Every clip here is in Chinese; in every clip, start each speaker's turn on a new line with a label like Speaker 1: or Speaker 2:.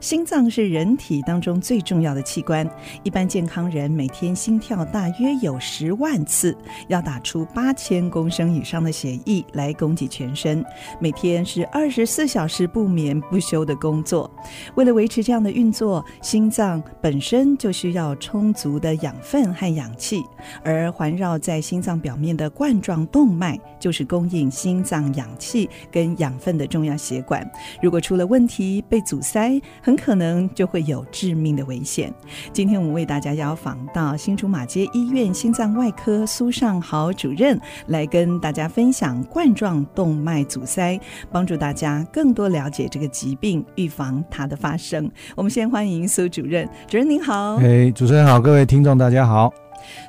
Speaker 1: 心脏是人体当中最重要的器官，一般健康人每天心跳大约有十万次，要打出八千公升以上的血液来供给全身，每天是二十四小时不眠不休的工作。为了维持这样的运作，心脏本身就需要充足的养分和氧气，而环绕在心脏表面的冠状动脉就是供应心脏氧气跟养分的重要血管。如果出了问题，被阻塞，很可能就会有致命的危险。今天我们为大家邀访到新竹马街医院心脏外科苏尚豪主任，来跟大家分享冠状动脉阻塞，帮助大家更多了解这个疾病，预防它的发生。我们先欢迎苏主任，主任您好。
Speaker 2: 哎，主持人好，各位听众大家好。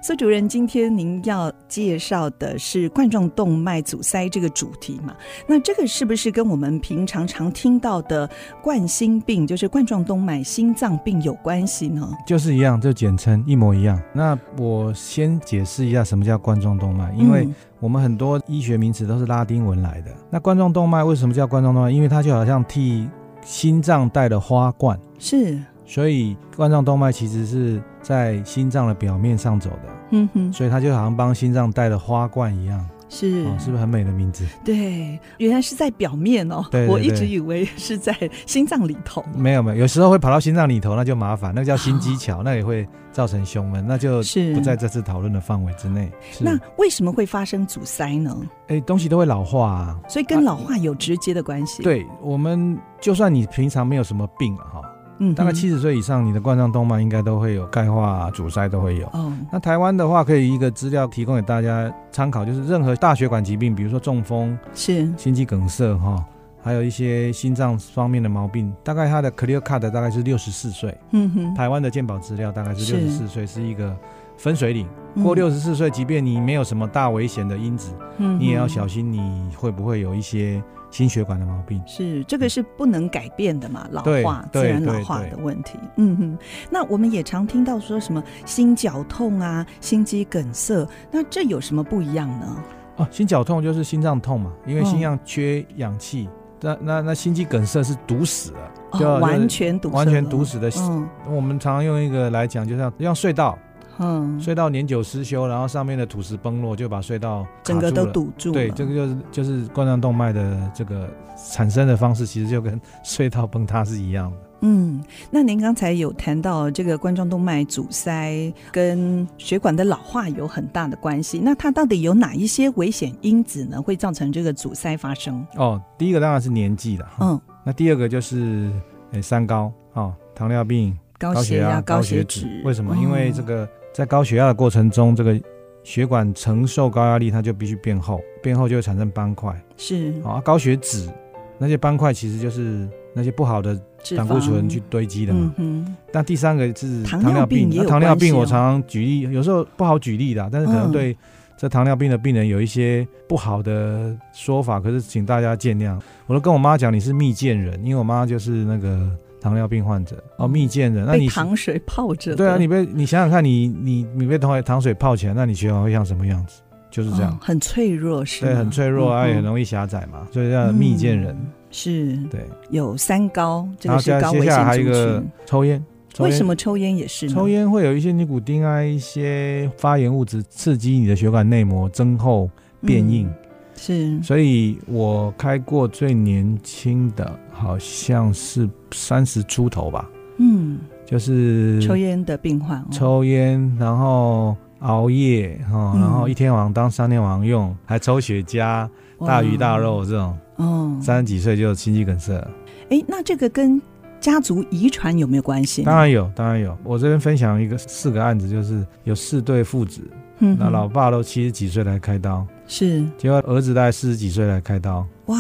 Speaker 1: 苏主任，今天您要介绍的是冠状动脉阻塞这个主题嘛？那这个是不是跟我们平常常听到的冠心病，就是冠状动脉心脏病有关系呢？
Speaker 2: 就是一样，就简称一模一样。那我先解释一下什么叫冠状动脉，因为
Speaker 1: 嗯
Speaker 2: 我们很多医学名词都是拉丁文来的。那冠状动脉为什么叫冠状动脉？因为它就好像替心脏戴了花冠，
Speaker 1: 是，
Speaker 2: 所以冠状动脉其实是在心脏的表面上走的，
Speaker 1: 嗯哼，
Speaker 2: 所以它就好像帮心脏戴了花冠一样。
Speaker 1: 是，
Speaker 2: 哦，是不是很美的名字？
Speaker 1: 对，原来是在表面哦。
Speaker 2: 对对
Speaker 1: 我一直
Speaker 2: 对
Speaker 1: 以为是在心脏里头。
Speaker 2: 没有没有，有时候会跑到心脏里头，那就麻烦，那个叫心肌桥，那也会造成胸闷，那就是不
Speaker 1: 嗯
Speaker 2: 在这次讨论的范围之内。是
Speaker 1: 那为什么会发生阻塞呢？
Speaker 2: 哎，东西都会老化、啊。
Speaker 1: 所以跟老化有直接的关系。，
Speaker 2: 对我们，就算你平常没有什么病啊哈、
Speaker 1: 嗯哼，
Speaker 2: 大概七十岁以上，你的冠状动脉应该都会有钙化、啊阻塞都会有。
Speaker 1: 哦，
Speaker 2: 那台湾的话，可以一个资料提供给大家参考，就是任何大血管疾病，比如说中风、
Speaker 1: 是
Speaker 2: 心肌梗塞哈、还有一些心脏方面的毛病，大概它的 clear cut 大概是六十四岁，
Speaker 1: 嗯哼，
Speaker 2: 台湾的健保资料大概是
Speaker 1: 是
Speaker 2: 六十四岁是一个分水岭。过六十四岁，即便你没有什么大危险的因子，
Speaker 1: 嗯，
Speaker 2: 你也要
Speaker 1: 嗯哼
Speaker 2: 小心，你会不会有一些心血管的毛病？
Speaker 1: 是，这个是不能改变的嘛，老
Speaker 2: 对
Speaker 1: 化、自
Speaker 2: 对
Speaker 1: 然老
Speaker 2: 对
Speaker 1: 化
Speaker 2: 对
Speaker 1: 的问题。嗯哼，那我们也常听到说什么心绞痛啊、心肌梗塞，那这有什么不一样呢？
Speaker 2: 哦，心绞痛就是心脏痛嘛，因为
Speaker 1: 嗯
Speaker 2: 心脏缺氧气。那那那心肌梗塞是堵死了，啊就
Speaker 1: 哦，完全堵塞了，
Speaker 2: 完全堵死的。
Speaker 1: 嗯
Speaker 2: 我们常用一个来讲，就像像隧道，
Speaker 1: 嗯，
Speaker 2: 隧道年久失修，然后上面的土石崩落，就把隧道卡
Speaker 1: 整个都
Speaker 2: 住了。
Speaker 1: 堵住了。
Speaker 2: 对，这个就是就是冠状动脉的这个产生的方式，其实就跟隧道崩塌是一样的。
Speaker 1: 嗯，那您刚才有谈到这个冠状动脉阻塞跟血管的老化有很大的关系，那它到底有哪一些危险因子呢？会造成这个阻塞发生？
Speaker 2: 哦，第一个当然是年纪了。
Speaker 1: 嗯，
Speaker 2: 那第二个就是呃三高啊、哦，糖尿病、
Speaker 1: 高
Speaker 2: 高
Speaker 1: 血
Speaker 2: 血压、
Speaker 1: 高
Speaker 2: 血
Speaker 1: 脂，
Speaker 2: 为什么？
Speaker 1: 嗯
Speaker 2: 因为这个在高血压的过程中，这个血管承受高压力，它就必须变厚，变厚就会产生斑块。
Speaker 1: 是
Speaker 2: 哦啊，高血脂那些斑块其实就是那些不好的
Speaker 1: 脂
Speaker 2: 胆固醇
Speaker 1: 肪
Speaker 2: 去堆积的嘛
Speaker 1: 嗯。哼，
Speaker 2: 那第三个是
Speaker 1: 糖
Speaker 2: 糖
Speaker 1: 尿
Speaker 2: 尿
Speaker 1: 病
Speaker 2: 病，啊
Speaker 1: 也有
Speaker 2: 那糖尿
Speaker 1: 关
Speaker 2: 病
Speaker 1: 系哦
Speaker 2: 我常常举例，有时候不好举例的，但是可
Speaker 1: 嗯
Speaker 2: 能对这糖尿病的病人有一些不好的说法，可是请大家见谅。我都跟我妈讲你是蜜饯人，因为我妈就是那个糖尿病患者哦，蜜饯人。那
Speaker 1: 被
Speaker 2: 你
Speaker 1: 糖水泡着的。
Speaker 2: 对啊，你被你想想看你，你你被糖糖水泡起来，那你血管会像什么样子？就是这样，
Speaker 1: 哦很脆弱是吗？
Speaker 2: 对，很脆弱啊，
Speaker 1: 嗯
Speaker 2: 也很
Speaker 1: 嗯
Speaker 2: 容易狭窄嘛，所以叫蜜饯人。
Speaker 1: 嗯是
Speaker 2: 对，
Speaker 1: 有三高，这个
Speaker 2: 然后
Speaker 1: 是
Speaker 2: 接
Speaker 1: 高
Speaker 2: 接
Speaker 1: 危
Speaker 2: 下来
Speaker 1: 险
Speaker 2: 还有
Speaker 1: 族
Speaker 2: 一个
Speaker 1: 群。
Speaker 2: 抽烟，抽
Speaker 1: 为
Speaker 2: 烟
Speaker 1: 什么抽烟也是呢？
Speaker 2: 抽烟会有一些尼古丁啊，一些发炎物质刺激你的血管内膜增厚变硬，
Speaker 1: 嗯是
Speaker 2: 所以我开过最年轻的好像是三十出头吧，
Speaker 1: 嗯，
Speaker 2: 就是
Speaker 1: 抽烟的病患哦
Speaker 2: 抽烟，然后熬夜哈、哦
Speaker 1: 嗯
Speaker 2: 然后一天往当三天往用，还抽雪茄、大鱼大肉这种，
Speaker 1: 哇哦，
Speaker 2: 三十几岁就有心肌梗塞了。
Speaker 1: 哎，那这个跟家族遗传有没有关系？
Speaker 2: 当，然有，当然有。我这边分享一个四个案子，就是有四对父子，
Speaker 1: 嗯
Speaker 2: 那
Speaker 1: 哼
Speaker 2: 老爸都七十几岁来开刀。
Speaker 1: 是
Speaker 2: 结果儿子大概四十几岁来开刀，
Speaker 1: 哇，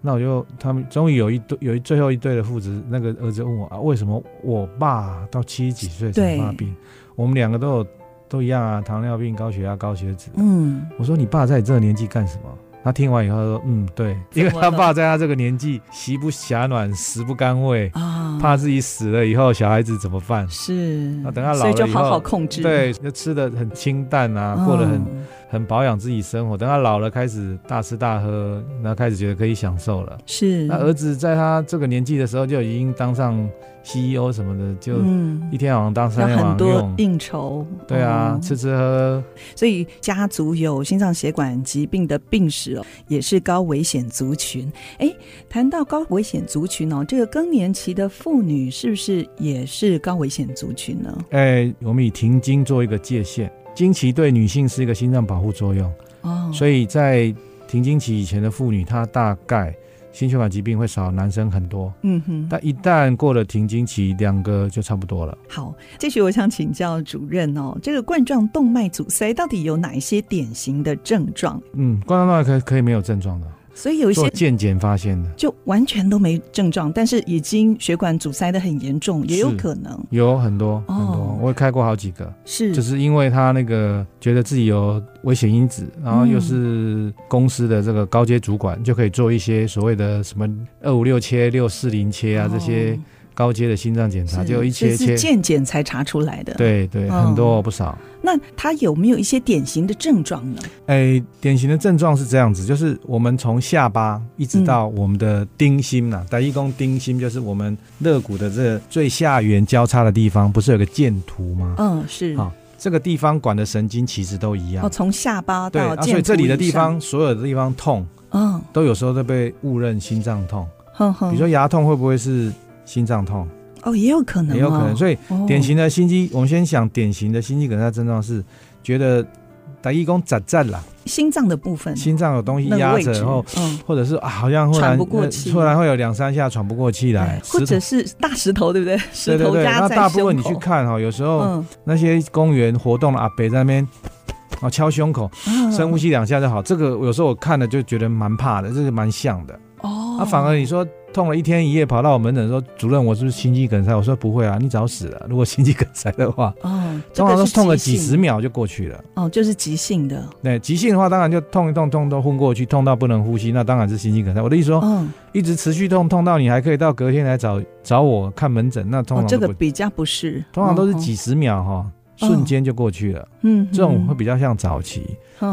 Speaker 2: 那我就他们终于有一对有一最后一对的父子，那个儿子问我啊，为什么我爸到七十几岁才发病？我们两个都有都一样啊，糖尿病、高血压、高血脂。
Speaker 1: 嗯，
Speaker 2: 我说你爸在你这个年纪干什么？他听完以后说，嗯，对，因为
Speaker 1: 怎么
Speaker 2: 他
Speaker 1: 了
Speaker 2: 爸在他这个年纪，席不暇暖，食不甘味，
Speaker 1: 啊，
Speaker 2: 怕自己死了以后小孩子怎么办？
Speaker 1: 是，
Speaker 2: 那等他老
Speaker 1: 所以
Speaker 2: 了
Speaker 1: 就
Speaker 2: 以
Speaker 1: 好好
Speaker 2: 后
Speaker 1: 控制，
Speaker 2: 对，就吃的很清淡啊，
Speaker 1: 嗯，
Speaker 2: 过得很很保养自己生活。等他老了，开始大吃大喝，然后开始觉得可以享受了。
Speaker 1: 是，
Speaker 2: 那儿子在他这个年纪的时候就已经当上 CEO 什么的，就
Speaker 1: 嗯
Speaker 2: 一天好像当
Speaker 1: 那
Speaker 2: 三天
Speaker 1: 很
Speaker 2: 好像
Speaker 1: 多
Speaker 2: 用。
Speaker 1: 应酬，
Speaker 2: 对啊
Speaker 1: 哦，
Speaker 2: 吃吃喝
Speaker 1: 所以家族有心脏血管疾病的病史哦，也是高危险族群。哎，谈到高危险族群哦，这个更年期的妇女是不是也是高危险族群呢？
Speaker 2: 喝，哎，我们以停经做一个界限，经期对女性是一个心脏保护作用，
Speaker 1: 哦，
Speaker 2: 所以在停经期以前的妇女，她大概心血管疾病会少男生很多。
Speaker 1: 嗯哼，
Speaker 2: 但一旦过了停经期，两个就差不多了。
Speaker 1: 好，继续我想请教主任哦，这个冠状动脉阻塞到底有哪一些典型的症状？
Speaker 2: 嗯，冠状动脉可可以没有症状的，
Speaker 1: 所以有一
Speaker 2: 做
Speaker 1: 些
Speaker 2: 健检发现的
Speaker 1: 就完全都没症状，但是已经血管阻塞的很严重，也有
Speaker 2: 是
Speaker 1: 可能
Speaker 2: 有很多
Speaker 1: 哦
Speaker 2: 很多，我也开过好几个，
Speaker 1: 是
Speaker 2: 就是因为他那个觉得自己有危险因子，然后又
Speaker 1: 嗯
Speaker 2: 是公司的这个高阶主管，就可以做一些所谓的什么二五六切、六四零切啊这些高阶的心脏检查，
Speaker 1: 哦是
Speaker 2: 啊就一切
Speaker 1: 这是
Speaker 2: 切，
Speaker 1: 健检才查出来的。，
Speaker 2: 对对，
Speaker 1: 哦
Speaker 2: 很多不少。
Speaker 1: 那他有没有一些典型的症状呢？
Speaker 2: 哎，典型的症状是这样子，就是我们从下巴一直
Speaker 1: 嗯
Speaker 2: 到我们的丁心呐、打一公丁心就是我们肋骨的这最下缘交叉的地方，不是有个剑突吗？
Speaker 1: 嗯，是
Speaker 2: 好这个地方管的神经其实都一样，
Speaker 1: 哦，从下巴
Speaker 2: 对、
Speaker 1: 到
Speaker 2: 啊，所以
Speaker 1: 剑突
Speaker 2: 这里的
Speaker 1: 以
Speaker 2: 地
Speaker 1: 上，
Speaker 2: 方，所有的地方痛，
Speaker 1: 嗯，
Speaker 2: 都有时候都被误认心脏痛。
Speaker 1: 哼哼，
Speaker 2: 比如说牙痛会不会是心脏痛？
Speaker 1: 哦，也有可能哦，
Speaker 2: 也有可能。所以
Speaker 1: 哦
Speaker 2: 典型的心肌，我们先想典型的心肌梗塞症状是觉得打一公咋咋啦，
Speaker 1: 心脏的部分，
Speaker 2: 心脏有东西
Speaker 1: 嗯那个
Speaker 2: 压
Speaker 1: 位
Speaker 2: 着，
Speaker 1: 置
Speaker 2: 然后。，
Speaker 1: 嗯，
Speaker 2: 或者是啊，好像忽然
Speaker 1: 喘不过气
Speaker 2: 呃突然会有两三下喘不过气来
Speaker 1: 哎，或
Speaker 2: 石
Speaker 1: 者
Speaker 2: 头
Speaker 1: 是大石头，对不对？石
Speaker 2: 对对
Speaker 1: 头
Speaker 2: 对，
Speaker 1: 压
Speaker 2: 那
Speaker 1: 在
Speaker 2: 大部
Speaker 1: 胸口。
Speaker 2: 分你去看哈、哦有时候
Speaker 1: 嗯，
Speaker 2: 那些公园活动的阿伯在那边。哦，敲胸口，
Speaker 1: 嗯，
Speaker 2: 深呼吸两下就好。这个有时候我看了就觉得蛮怕的，这个蛮像的。
Speaker 1: 哦，
Speaker 2: 啊，反而你说痛了一天一夜，跑到我门诊说：“主任，我是不是心肌梗塞？”我说：“不会啊，你早死了。如果心肌梗塞的话，
Speaker 1: 哦，这
Speaker 2: 通常
Speaker 1: 个
Speaker 2: 都
Speaker 1: 是
Speaker 2: 痛了
Speaker 1: 急
Speaker 2: 几十
Speaker 1: 性
Speaker 2: 秒就过去了。
Speaker 1: 哦，就是急性的，
Speaker 2: 对，急性的话，当然就痛一痛，痛都昏过去，痛到不能呼吸，那当然是心肌梗塞。我的意思说，
Speaker 1: 嗯，
Speaker 2: 一直持续痛，痛到你还可以到隔天来找找我看门诊，那通
Speaker 1: 哦
Speaker 2: 常，
Speaker 1: 这
Speaker 2: 都
Speaker 1: 个
Speaker 2: 不、
Speaker 1: 比较不是，
Speaker 2: 通常都是
Speaker 1: 哦，
Speaker 2: 几十秒哈、
Speaker 1: 嗯
Speaker 2: 瞬间就过去了。
Speaker 1: 哦嗯，
Speaker 2: 这种会
Speaker 1: 比，
Speaker 2: 比较像早期。啊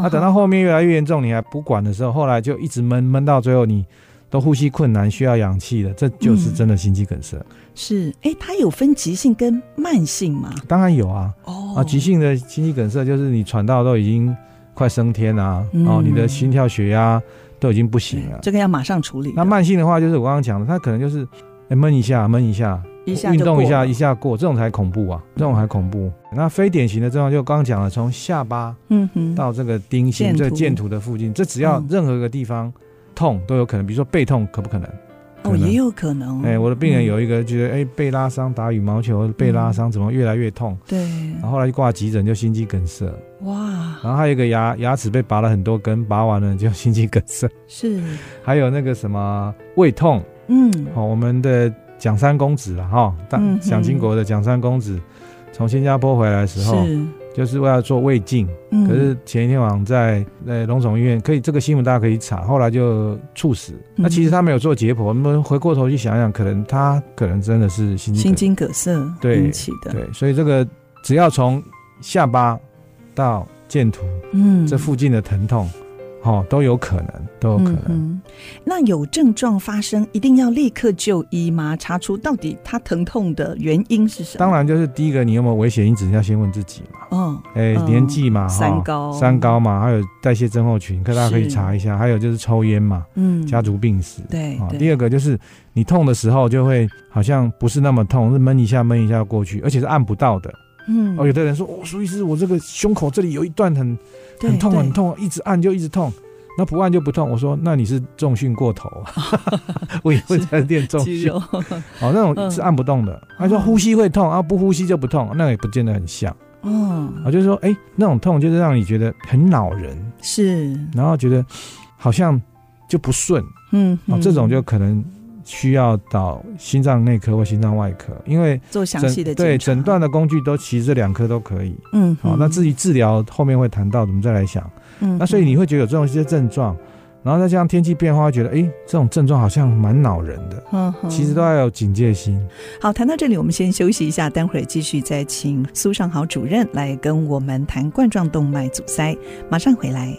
Speaker 1: 那、
Speaker 2: 那、等到后面越来越严重，你还不管的时候，后来就一直闷闷到最后，你都呼吸困难，需要氧气了，这就是
Speaker 1: 嗯
Speaker 2: 真的心肌梗塞。
Speaker 1: 是，哎，它有分急性跟慢性嘛？
Speaker 2: 当然有啊，
Speaker 1: 哦，
Speaker 2: 啊，急，性的心肌梗塞就是你喘到都已经快升天啦、啊，
Speaker 1: 嗯
Speaker 2: 哦，你的心跳血压都已经不行了。
Speaker 1: 这个要马上处理的。
Speaker 2: 啊那慢性的话，就是我刚刚讲的，它可能就是哎闷一下，闷一下，
Speaker 1: 一下
Speaker 2: 运
Speaker 1: 就
Speaker 2: 动一
Speaker 1: 过
Speaker 2: 下
Speaker 1: 了
Speaker 2: 一，下过，这种才恐怖啊，这种还恐怖。那非典型的症状就刚刚讲了，从下巴
Speaker 1: 嗯哼，
Speaker 2: 到这个丁
Speaker 1: 剑
Speaker 2: 心
Speaker 1: 突
Speaker 2: 这个剑突的附近，这只要
Speaker 1: 嗯
Speaker 2: 任何一个地方痛都有可能，比如说背痛可不可能？
Speaker 1: 哦，
Speaker 2: 可能
Speaker 1: 也有可能。
Speaker 2: 哎，我的病人
Speaker 1: 嗯、
Speaker 2: 有一个觉得哎被拉伤，打羽毛球被拉伤，怎么越来越痛？
Speaker 1: 对，
Speaker 2: 然后后来就挂急诊就心肌梗塞，
Speaker 1: 哇，
Speaker 2: 然后还有一个牙牙齿被拔了很多根，拔完了就心肌梗塞，
Speaker 1: 是，
Speaker 2: 还有那个什么胃痛，
Speaker 1: 嗯，
Speaker 2: 哦，我们的蒋三公子啊，哈、大
Speaker 1: 嗯哼
Speaker 2: 蒋经国的蒋三公子从新加坡回来的时
Speaker 1: 是
Speaker 2: 候，，就是为了做胃镜，
Speaker 1: 嗯，
Speaker 2: 可是前一天晚上在呃龙总医院，可以这个新闻大家可以查，后来就猝死。
Speaker 1: 嗯
Speaker 2: 那其实他没有做解剖，我们回过头去想想，可能他可能真的是心肌
Speaker 1: 心
Speaker 2: 梗
Speaker 1: 肌梗塞
Speaker 2: 对
Speaker 1: 引起的，
Speaker 2: 对，所以这个只要从下巴到剑突
Speaker 1: 嗯，
Speaker 2: 这附近的疼痛，哦，都有可能，都有可能。
Speaker 1: 嗯哼那有症状发生，一定要立刻就医吗？查出到底他疼痛的原因是什么？
Speaker 2: 当，然，就是第一个，你有没有危险因子，要先问自己嘛。
Speaker 1: 嗯，
Speaker 2: 哎、
Speaker 1: 嗯
Speaker 2: 年纪嘛，哈
Speaker 1: 三高
Speaker 2: 三高嘛，还有代谢症候群，可大家可以
Speaker 1: 是
Speaker 2: 查一下。还有就是抽烟嘛，
Speaker 1: 嗯，
Speaker 2: 家族病史。
Speaker 1: 对
Speaker 2: 啊，
Speaker 1: 对
Speaker 2: 第二个就是你痛的时候就会好像不是那么痛，是闷一下闷一下过去，而且是按不到的。
Speaker 1: 嗯，
Speaker 2: 哦，有的人说，哦，苏医师，我这个胸口这里有一段很
Speaker 1: 对
Speaker 2: 很痛
Speaker 1: 对
Speaker 2: 很痛，一直按就一直痛，那不按就不痛。我说，那你是重训过头，啊 我也会在练重
Speaker 1: 肌
Speaker 2: 训。
Speaker 1: 肉，
Speaker 2: 哦，那
Speaker 1: 嗯
Speaker 2: 种是按不动的。他说
Speaker 1: 哦
Speaker 2: 呼吸会痛，啊不呼吸就不痛，那也不见得很像。
Speaker 1: 嗯，
Speaker 2: 啊，就是说，哎，那种痛就是让你觉得很恼人，
Speaker 1: 是，
Speaker 2: 然后觉得好像就不顺
Speaker 1: 嗯，
Speaker 2: 啊，
Speaker 1: 嗯
Speaker 2: 这种就可能需要到心脏内科或心脏外科，因为
Speaker 1: 做详细
Speaker 2: 诊
Speaker 1: 的检
Speaker 2: 对
Speaker 1: 查
Speaker 2: 诊，断的工具都其实这两科都可以。啊
Speaker 1: 嗯，
Speaker 2: 好，那至于治疗后面会谈到，我们再来想。
Speaker 1: 嗯，
Speaker 2: 那所以
Speaker 1: 嗯
Speaker 2: 你会觉得有这种一些症状，然后再加上天气变化，觉得哎，这种症状好像蛮恼人的。
Speaker 1: 嗯哼
Speaker 2: 其实都要有警戒心。
Speaker 1: 好，谈到这里，我们先休息一下，待会儿继续再请苏尚豪主任来跟我们谈冠状动脉阻塞。马上回来。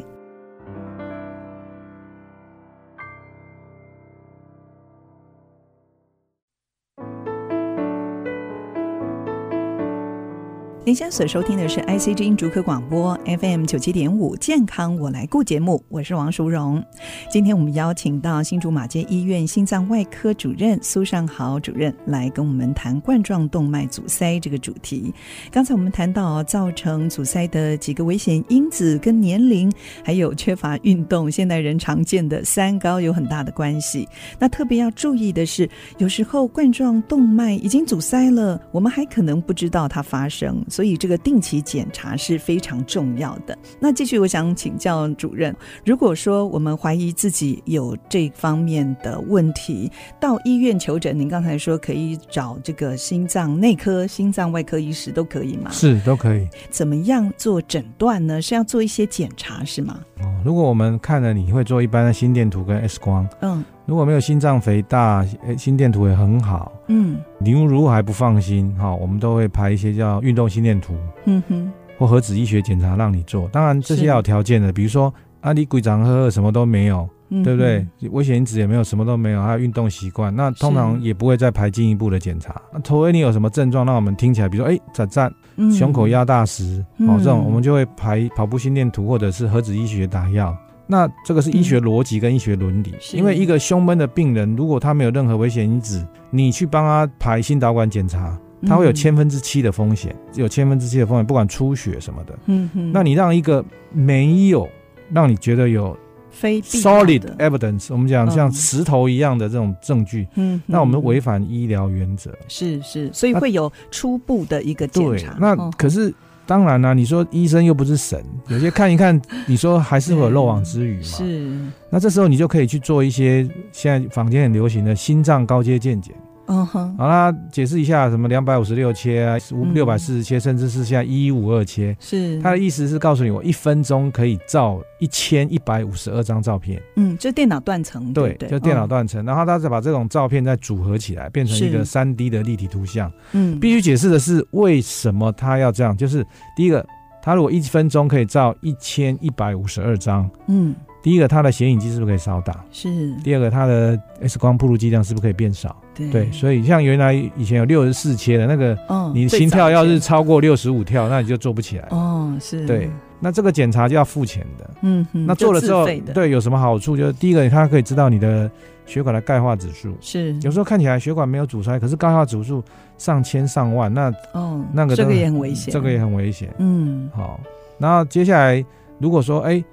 Speaker 1: 您现在所收听的是 IC 之音竹科广播 FM 九七点五健康我来顾节目，我是王淑荣。今天我们邀请到新竹马街医院心脏外科主任苏尚豪主任来跟我们谈冠状动脉阻塞这个主题。刚才我们谈到造成阻塞的几个危险因子跟年龄，还有缺乏运动，现代人常见的三高有很大的关系。那特别要注意的是，有时候冠状动脉已经阻塞了，我们还可能不知道它发生，所以这个定期检查是非常重要的。那继续，我想请教主任，如果说我们怀疑自己有这方面的问题，到医院求诊，您刚才说可以找这个心脏内科、心脏外科医师都可以吗？
Speaker 2: 是都可以。
Speaker 1: 怎么样做诊断呢？是要做一些检查是吗？
Speaker 2: 哦如果我们看了，你会做一般的心电图跟 X 光。
Speaker 1: 嗯
Speaker 2: 如果没有心脏肥大，呃心电图也很好。
Speaker 1: 嗯
Speaker 2: 您如果还不放心，哈、我们都会拍一些叫运动心电图
Speaker 1: 嗯哼
Speaker 2: 或核子医学检查让你做。当然这
Speaker 1: 是
Speaker 2: 些要有条件的，比如说啊，你鬼长喝什么都没有，
Speaker 1: 嗯哼，
Speaker 2: 对不对？危险因子也没有，什么都没有，还有运动习惯，那通常
Speaker 1: 是
Speaker 2: 也不会再排进一步的检查。那除非你有什么症状，让我们听起来，比如说哎，咋赞，
Speaker 1: 嗯？
Speaker 2: 胸口压大石，
Speaker 1: 嗯
Speaker 2: 哦，这种我们就会排跑步心电图或者是核子医学打药。那这个是医学逻辑跟医学伦理，
Speaker 1: 嗯是
Speaker 2: 因为一个胸闷的病人，如果他没有任何危险因子，你去帮他排心导管检查，
Speaker 1: 嗯
Speaker 2: 他会有千分之七的风险，有千分之七的风险，不管出血什么的。
Speaker 1: 嗯，嗯哼，
Speaker 2: 那你让一个没有让你觉得有
Speaker 1: 非必要
Speaker 2: solid
Speaker 1: 的
Speaker 2: evidence，我们讲
Speaker 1: 嗯
Speaker 2: 像石头一样的这种证据，
Speaker 1: 嗯，
Speaker 2: 那我们
Speaker 1: 为
Speaker 2: 违反医疗原则。
Speaker 1: 是是，所以
Speaker 2: 那
Speaker 1: 会有初步的一个检
Speaker 2: 对
Speaker 1: 查。，
Speaker 2: 那
Speaker 1: 哦
Speaker 2: 可是当然啦、你说医生又不 是神，有些看一看，你说还是会有漏网之鱼嘛。。
Speaker 1: 是，
Speaker 2: 那这时候你就可以去做一些现在坊间很流行的心脏高阶健检，
Speaker 1: 嗯哼，
Speaker 2: 好啦，解释一下什么两百五十六切啊，五
Speaker 1: 嗯
Speaker 2: 六百四十切，甚至是现在一五二切。
Speaker 1: 是
Speaker 2: 他的意思是告诉你，我一分钟可以照一千一百五十二张照片，
Speaker 1: 嗯，就电脑断层，对
Speaker 2: 对
Speaker 1: 不对，
Speaker 2: 就电脑
Speaker 1: 哦
Speaker 2: 断层，然后他再把这种照片再组合起来，变成一个
Speaker 1: 是
Speaker 2: 三 D 的立体图像。
Speaker 1: 嗯，
Speaker 2: 必须解释的是，为什么他要这样？就是第一个，他如果一分钟可以照一千一百五十二张，
Speaker 1: 嗯
Speaker 2: 第一个他的显影剂是不是可以少打？
Speaker 1: 是，
Speaker 2: 第二个，他的 X 光暴露剂量是不是可以变少？
Speaker 1: 对
Speaker 2: 对，所以像原来以前有六十四切的那个，
Speaker 1: 嗯，
Speaker 2: 你
Speaker 1: 最
Speaker 2: 心
Speaker 1: 早
Speaker 2: 跳要
Speaker 1: 以
Speaker 2: 是
Speaker 1: 前
Speaker 2: 超过六十五跳，那你就做不起来。
Speaker 1: 哦是，
Speaker 2: 对，那这个检查就要付钱的。
Speaker 1: 嗯哼，
Speaker 2: 那
Speaker 1: 就
Speaker 2: 做了
Speaker 1: 自
Speaker 2: 之后
Speaker 1: 费，的
Speaker 2: 对有什么好处？就是第一个，它可以知道你的血管的钙化指数。
Speaker 1: 是
Speaker 2: 有时候看起来血管没有阻塞，可是钙化指数上千上万，那
Speaker 1: 哦，
Speaker 2: 那个
Speaker 1: 这
Speaker 2: 真
Speaker 1: 个
Speaker 2: 的
Speaker 1: 也很危险，
Speaker 2: 这个也很危险。
Speaker 1: 嗯
Speaker 2: 好，然后接下来如果说哎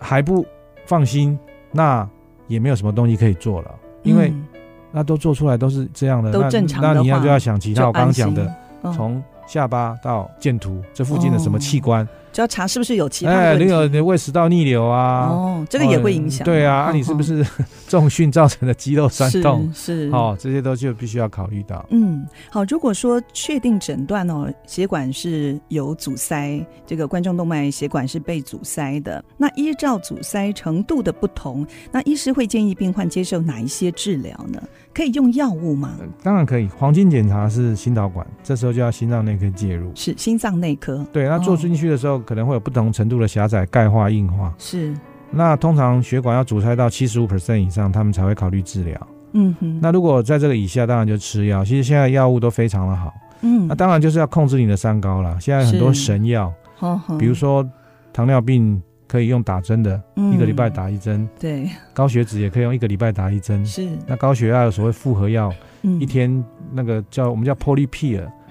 Speaker 2: 还不放心，那也没有什么东西可以做了，因为
Speaker 1: 嗯
Speaker 2: 那都做出来都是这样的，
Speaker 1: 都
Speaker 2: 那
Speaker 1: 正常
Speaker 2: 那
Speaker 1: 的
Speaker 2: 你要
Speaker 1: 话
Speaker 2: 就要想其
Speaker 1: 就
Speaker 2: 他我刚刚
Speaker 1: 安
Speaker 2: 讲
Speaker 1: 心
Speaker 2: 的，，
Speaker 1: 嗯
Speaker 2: 从下巴到剑突这附近的什么器官，
Speaker 1: 就要查是不是有其他
Speaker 2: 哎，
Speaker 1: 的
Speaker 2: 那
Speaker 1: 问
Speaker 2: 个
Speaker 1: 题
Speaker 2: 你胃食道逆流啊，
Speaker 1: 哦，这个也会影响
Speaker 2: 哦
Speaker 1: 嘛，
Speaker 2: 对啊，那你是不是 重训造成的肌肉酸痛？
Speaker 1: 是是
Speaker 2: 哦，这些都就必须要考虑到。
Speaker 1: 嗯，好。如果说确定诊断哦，血管是有阻塞，这个冠状动脉血管是被阻塞的，那依照阻塞程度的不同，那医师会建议病患接受哪一些治疗呢？可以用药物吗？
Speaker 2: 当然可以，黄金检查是心导管，这时候就要心脏内科介入。
Speaker 1: 是心脏内科，
Speaker 2: 对，那做进去的时候可能会有不同程度的狭窄、钙化、硬化。
Speaker 1: 是，
Speaker 2: 那通常血管要阻塞到七十五 percent 以上，他们才会考虑治疗。
Speaker 1: 嗯哼，
Speaker 2: 那如果在这个以下，当然就吃药。其实现在药物都非常的好，
Speaker 1: 嗯，
Speaker 2: 那当然就是要控制你的三高啦。现在很多神药，
Speaker 1: 呵呵
Speaker 2: 比如说糖尿病可以用打针的，一个礼拜，
Speaker 1: 嗯
Speaker 2: 打一针；
Speaker 1: 对，
Speaker 2: 高血脂也可以用一个礼拜打一针。
Speaker 1: 是，
Speaker 2: 那高血压有所谓复合药，
Speaker 1: 嗯
Speaker 2: 一，天那个叫我们叫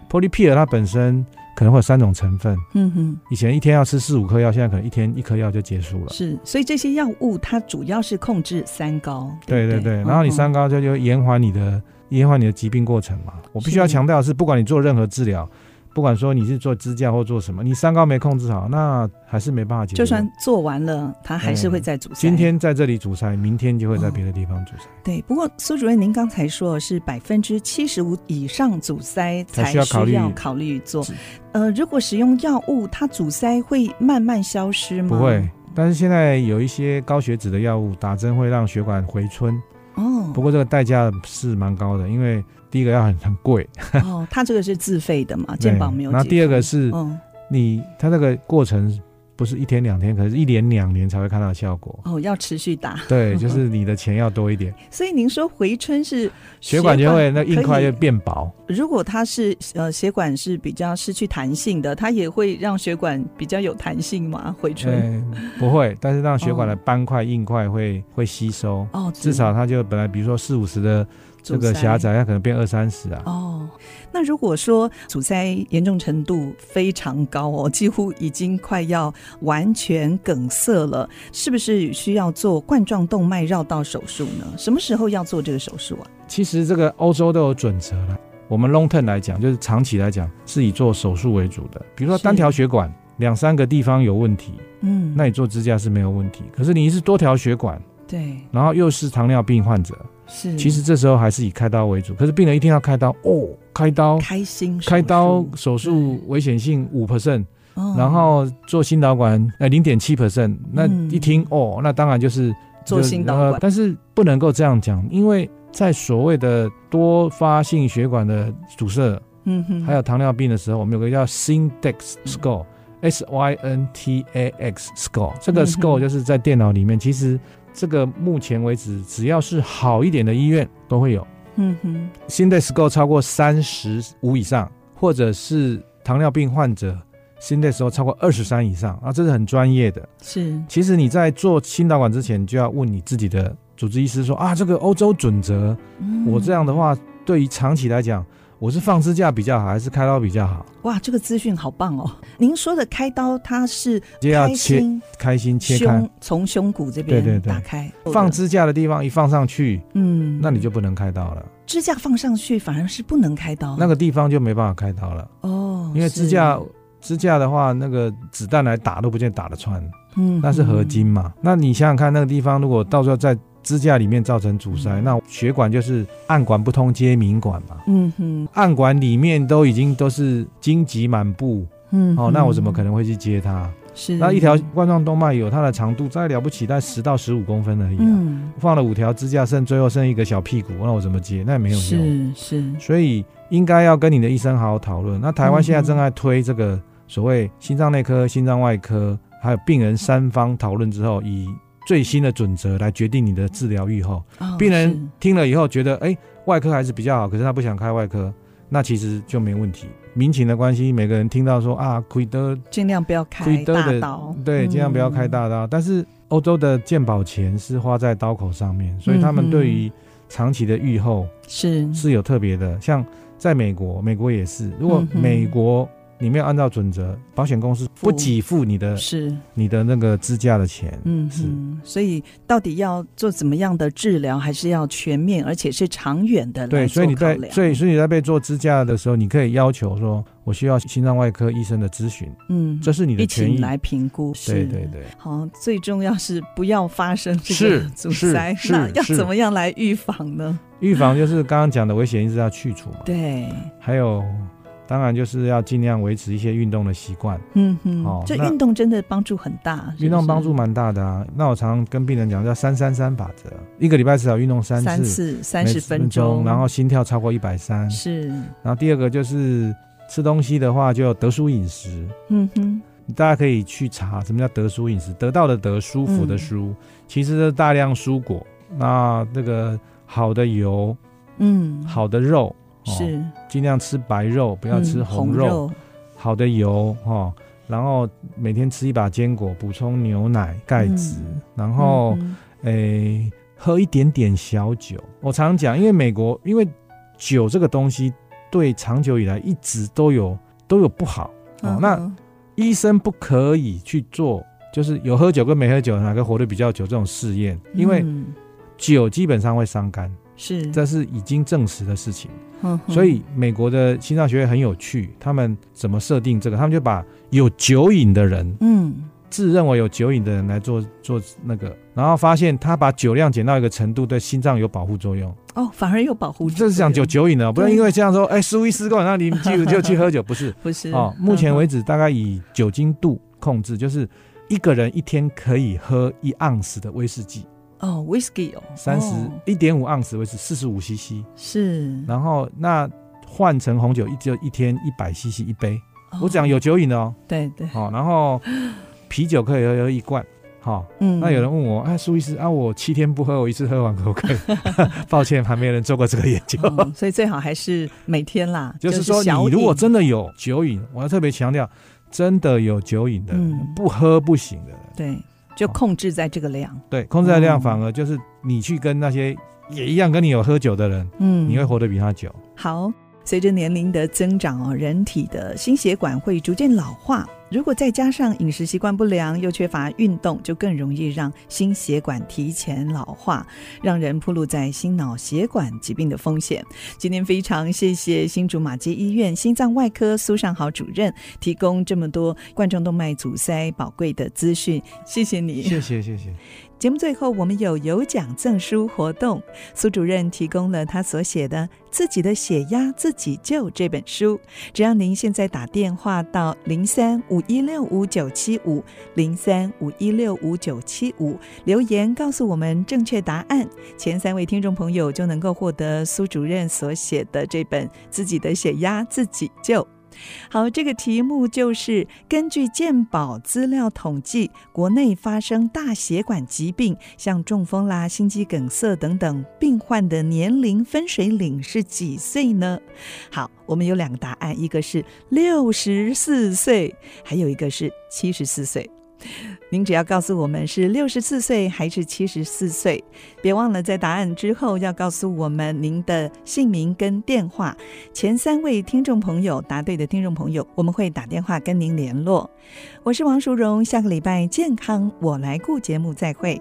Speaker 2: polypill，polypill 它本身可能会有三种成分，
Speaker 1: 嗯哼，
Speaker 2: 以前一天要吃四五颗药，现在可能一天一颗药就结束了。
Speaker 1: 是，所以这些药物它主要是控制三高，
Speaker 2: 对
Speaker 1: 对
Speaker 2: 对
Speaker 1: 不
Speaker 2: 对，然后你
Speaker 1: 嗯
Speaker 2: 三高就就延缓你的延缓你的疾病过程嘛。我必须要
Speaker 1: 是
Speaker 2: 强调的是，不管你做任何治疗，不管说你是做支架或做什么，你三高没控制好，那还是没办法解决。
Speaker 1: 就算做完了，它还是
Speaker 2: 嗯
Speaker 1: 会再阻塞。
Speaker 2: 今天在这里阻塞，明天就会在别的地方阻塞，
Speaker 1: 对，不过苏主任，您刚才说是百分之七十五以上阻塞
Speaker 2: 才
Speaker 1: 才
Speaker 2: 需要考虑
Speaker 1: 考虑做
Speaker 2: 是。
Speaker 1: 呃，如果使用药物，它阻塞会慢慢消失吗？
Speaker 2: 不会，但是现在有一些高血脂的药物打针会让血管回春，
Speaker 1: 哦
Speaker 2: 不过这个代价是蛮高的，因为第一个要很很贵，
Speaker 1: 哦，它这个是自费的 嘛，健保没有
Speaker 2: 对然
Speaker 1: 给。
Speaker 2: 后第二个是
Speaker 1: 嗯
Speaker 2: 你它那个过程不是一天两天，可是一连两年才会看到效果。
Speaker 1: 哦，要持续打。
Speaker 2: 对，就是你的钱要多一点，
Speaker 1: 所以您说回春是
Speaker 2: 血管就会那
Speaker 1: 可
Speaker 2: 硬
Speaker 1: 以
Speaker 2: 块就变薄。
Speaker 1: 如果它是呃血管是比较失去弹性的，它也会让血管比较有弹性嘛，回春。
Speaker 2: 嗯，不会，但是让血管的斑块、硬块会会吸收，
Speaker 1: 哦，
Speaker 2: 至少它就本来比如说四五十的这个
Speaker 1: 阻塞
Speaker 2: 狭窄，它可能变二三十啊。
Speaker 1: 哦，那如果说阻塞严重程度非常高哦，几乎已经快要完全梗塞了，是不是需要做冠状动脉绕道手术呢？什么时候要做这个手术啊？
Speaker 2: 其实这个欧洲都有准则了。我们 long term 来讲，就是长期来讲是以做手术为主的。比如说
Speaker 1: 是
Speaker 2: 单条血管两三个地方有问题，
Speaker 1: 嗯，
Speaker 2: 那你做支架是没有问题。可是你是多条血管，
Speaker 1: 对
Speaker 2: 然后又是糖尿病患者，
Speaker 1: 是，
Speaker 2: 其实这时候还是以开刀为主。可是病人一定要开刀哦，开刀
Speaker 1: 开心手术
Speaker 2: 开刀手术危险性五 percent，
Speaker 1: 哦
Speaker 2: 然后做心导管呃零点七 percent，那
Speaker 1: 嗯
Speaker 2: 一听哦，那当然就是
Speaker 1: 做心导
Speaker 2: 呃
Speaker 1: 管，
Speaker 2: 但是不能够这样讲，因为在所谓的多发性血管的阻塞，
Speaker 1: 嗯哼，
Speaker 2: 还有糖尿病的时候，我们有个叫 Syntax Score。S Y N T A X score，这
Speaker 1: 嗯哼
Speaker 2: 个 score 就是在电脑里面。其实这个目前为止，只要是好一点的医院都会有。
Speaker 1: 嗯哼，
Speaker 2: Syntax score 超过三十五以上，或者是糖尿病患者 Syntax score 超过二十三以上啊，这是很专业的。
Speaker 1: 是
Speaker 2: 其实你在做心导管之前，就要问你自己的主治医师说啊，这个欧洲准则，
Speaker 1: 嗯
Speaker 2: 我这样的
Speaker 1: 话，
Speaker 2: 话，对于长期来讲，我是放支架比较好，还是开刀比较好？
Speaker 1: 哇，这个资讯好棒哦！您说的开刀，它是
Speaker 2: 就要
Speaker 1: 开
Speaker 2: 切
Speaker 1: 心
Speaker 2: 开心切开
Speaker 1: 胸，从胸骨这边
Speaker 2: 对对对
Speaker 1: 打开
Speaker 2: 放，支架的地方一放上去，
Speaker 1: 嗯，
Speaker 2: 那你就不能开刀了，
Speaker 1: 支架放上去反而是不能开刀，
Speaker 2: 那个地方就没办法开刀了，
Speaker 1: 哦，
Speaker 2: 因为
Speaker 1: 是
Speaker 2: 支架支架的话，那个子弹来打都不见打得穿，
Speaker 1: 嗯
Speaker 2: 那是合金嘛。那你想想看，那个地方如果到时候在支架里面造成阻塞，
Speaker 1: 嗯
Speaker 2: 那血管就是暗管不通接明管嘛。
Speaker 1: 嗯哼
Speaker 2: 暗管里面都已经都是荆棘满布
Speaker 1: 嗯
Speaker 2: 哦，那我怎么可
Speaker 1: 能
Speaker 2: 能会去接它？
Speaker 1: 是
Speaker 2: 那一条冠状动脉有它的长度，再了不起在十到十五公分而已、啊。
Speaker 1: 嗯
Speaker 2: 放了五条支架，剩最后剩一个小屁股，那我怎么接？那也没有用。
Speaker 1: 是是
Speaker 2: 所以应该要跟你的医生好好讨论。那台湾现在正在推这个所谓心脏内科、心脏外科，还有病人三方讨论之后，以最新的准则来决定你的治疗预后。
Speaker 1: 哦
Speaker 2: 病
Speaker 1: 是
Speaker 2: 人听了以后觉得，哎、外科还是比较好，可是他不想开外科，那其实就没问题。民情的关系，每个人听到说啊，亏得
Speaker 1: 尽量不要
Speaker 2: 亏
Speaker 1: 开
Speaker 2: 得
Speaker 1: 大
Speaker 2: 的
Speaker 1: 刀，，嗯
Speaker 2: 对，尽量不要开大刀。但是欧洲的健保钱是花在刀口上面，所以他
Speaker 1: 嗯
Speaker 2: 们
Speaker 1: 哼
Speaker 2: 对于长期的预后
Speaker 1: 嗯是
Speaker 2: 是有特别的。像在美国，美国也是，如果
Speaker 1: 嗯哼
Speaker 2: 美国你没有按照准则，保险公司不给付你的
Speaker 1: 是
Speaker 2: 你的那个支架的钱，
Speaker 1: 嗯
Speaker 2: 是
Speaker 1: 哼，所以到底要做怎么样的治疗，还是要全面而且是长远的来
Speaker 2: 对，所
Speaker 1: 做
Speaker 2: 以你
Speaker 1: 考
Speaker 2: 在
Speaker 1: 量。
Speaker 2: 所以所以你在被做支架的时候，你可以要求说，我需要心脏外科医生的咨询，
Speaker 1: 嗯，
Speaker 2: 这是你的
Speaker 1: 一
Speaker 2: 权
Speaker 1: 起
Speaker 2: 益。
Speaker 1: 来评估，
Speaker 2: 对
Speaker 1: 是
Speaker 2: 对。对，
Speaker 1: 好，最重要是不要发生这个
Speaker 2: 是
Speaker 1: 阻塞。
Speaker 2: 是
Speaker 1: 那
Speaker 2: 是
Speaker 1: 要
Speaker 2: 是
Speaker 1: 怎么样来预防呢？
Speaker 2: 预防就是刚刚讲的危险因素要去除嘛。
Speaker 1: 对，
Speaker 2: 还有，当然就是要尽量维持一些运动的习惯，
Speaker 1: 嗯哼，
Speaker 2: 哦
Speaker 1: 这
Speaker 2: 那
Speaker 1: 运动真的帮助很大，是不是
Speaker 2: 运动帮助蛮大的啊。那我常跟病人讲叫“三三三法则”，一个礼拜至少运动三次，
Speaker 1: 三次三
Speaker 2: 每
Speaker 1: 十
Speaker 2: 次
Speaker 1: 分钟，
Speaker 2: 然后心跳超过一百三。
Speaker 1: 是，
Speaker 2: 然后第二个就是吃东西的话，就有得舒饮食，
Speaker 1: 嗯哼，
Speaker 2: 大家可以去查什么叫得舒饮食，得到的得，舒服的舒，
Speaker 1: 嗯
Speaker 2: 其实是大量蔬果，那那个好的油、
Speaker 1: 嗯，
Speaker 2: 好的肉，哦、
Speaker 1: 是
Speaker 2: 尽量吃白肉，不要吃
Speaker 1: 嗯
Speaker 2: 红
Speaker 1: 红
Speaker 2: 肉。好的油哦，然后每天吃一把坚果，补充牛奶、钙质，
Speaker 1: 嗯
Speaker 2: 然后
Speaker 1: 嗯
Speaker 2: 诶、喝一点点小酒。我常讲，因为美国因为酒这个东西对长久以来一直都有都有不好哦
Speaker 1: 嗯，
Speaker 2: 那
Speaker 1: 嗯
Speaker 2: 医生不可以去做。就是有喝酒跟没喝酒哪个活得比较久这种试验，因为
Speaker 1: 嗯
Speaker 2: 酒基本上会伤肝，
Speaker 1: 是，
Speaker 2: 这是已经证实的事情。
Speaker 1: 嗯哼
Speaker 2: 所以美国的心脏学会很有趣，他们怎么设定这个？他们就把有酒瘾的人，
Speaker 1: 嗯，
Speaker 2: 自认为有酒瘾的人来做做那个，然后发现他把酒量减到一个程度，对心脏有保护作用。
Speaker 1: 哦，反而有保护作用，
Speaker 2: 这是讲酒酒瘾的哦，不要因为这样说，哎，苏医师跟我那你就就去喝酒，不是
Speaker 1: 不是
Speaker 2: 哦。目前
Speaker 1: 嗯哼
Speaker 2: 为止，大概以酒精度控制，就是一个人一天可以喝一盎司的威士忌，
Speaker 1: 哦，whisky 哦，
Speaker 2: 三十
Speaker 1: 哦嗯
Speaker 2: 一点五盎司威士四十五 CC，
Speaker 1: 是，
Speaker 2: 然后那换成红酒一就一天一百 CC 一杯，我讲有
Speaker 1: 哦
Speaker 2: 酒瘾的哦，
Speaker 1: 对对，
Speaker 2: 好、然后啤酒可以喝喝一罐，好、
Speaker 1: 嗯
Speaker 2: 那有人问我，啊，苏医师啊，我七天不喝，我一次喝完可不可以？ 抱歉，还没有人做过这个研究。
Speaker 1: 哦所以最好还是每天啦，
Speaker 2: 就是说，
Speaker 1: 小
Speaker 2: 你如果
Speaker 1: 饮
Speaker 2: 真的有酒瘾，我要特别强调，真的有酒瘾的人，
Speaker 1: 嗯
Speaker 2: 不喝不行的人，
Speaker 1: 对，就控制在这个量，
Speaker 2: 对，控制在量
Speaker 1: 哦
Speaker 2: 反而就是你去跟那些也一样跟你有喝酒的人，
Speaker 1: 嗯，
Speaker 2: 你会活得比他久。
Speaker 1: 好，随着年龄的增长哦，人体的心血管会逐渐老化。如果再加上饮食习惯不良，又缺乏运动，就更容易让心血管提前老化，让人暴露在心脑血管疾病的风险。今天非常谢谢新竹马街医院心脏外科苏尚豪主任提供这么多冠状动脉阻塞宝贵的资讯，谢谢你。
Speaker 2: 谢谢，谢谢。
Speaker 1: 节目最后，我们有有奖赠书活动，苏主任提供了他所写的《自己的血压自己救》这本书。只要您现在打电话到零三五一六五九七五零三五一六五九七五留言告诉我们正确答案，前三位听众朋友就能够获得苏主任所写的这本《自己的血压自己救》。好，这个题目就是根据健保资料统计，国内发生大血管疾病，像中风啦、心肌梗塞等等，病患的年龄分水岭是几岁呢？好，我们有两个答案，一个是六十四岁，还有一个是七十四岁。您只要告诉我们是六十四岁还是七十四岁，别忘了在答案之后要告诉我们您的姓名跟电话，前三位听众朋友答对的听众朋友，我们会打电话跟您联络。我是王淑荣，下个礼拜健康我来顾节目再会。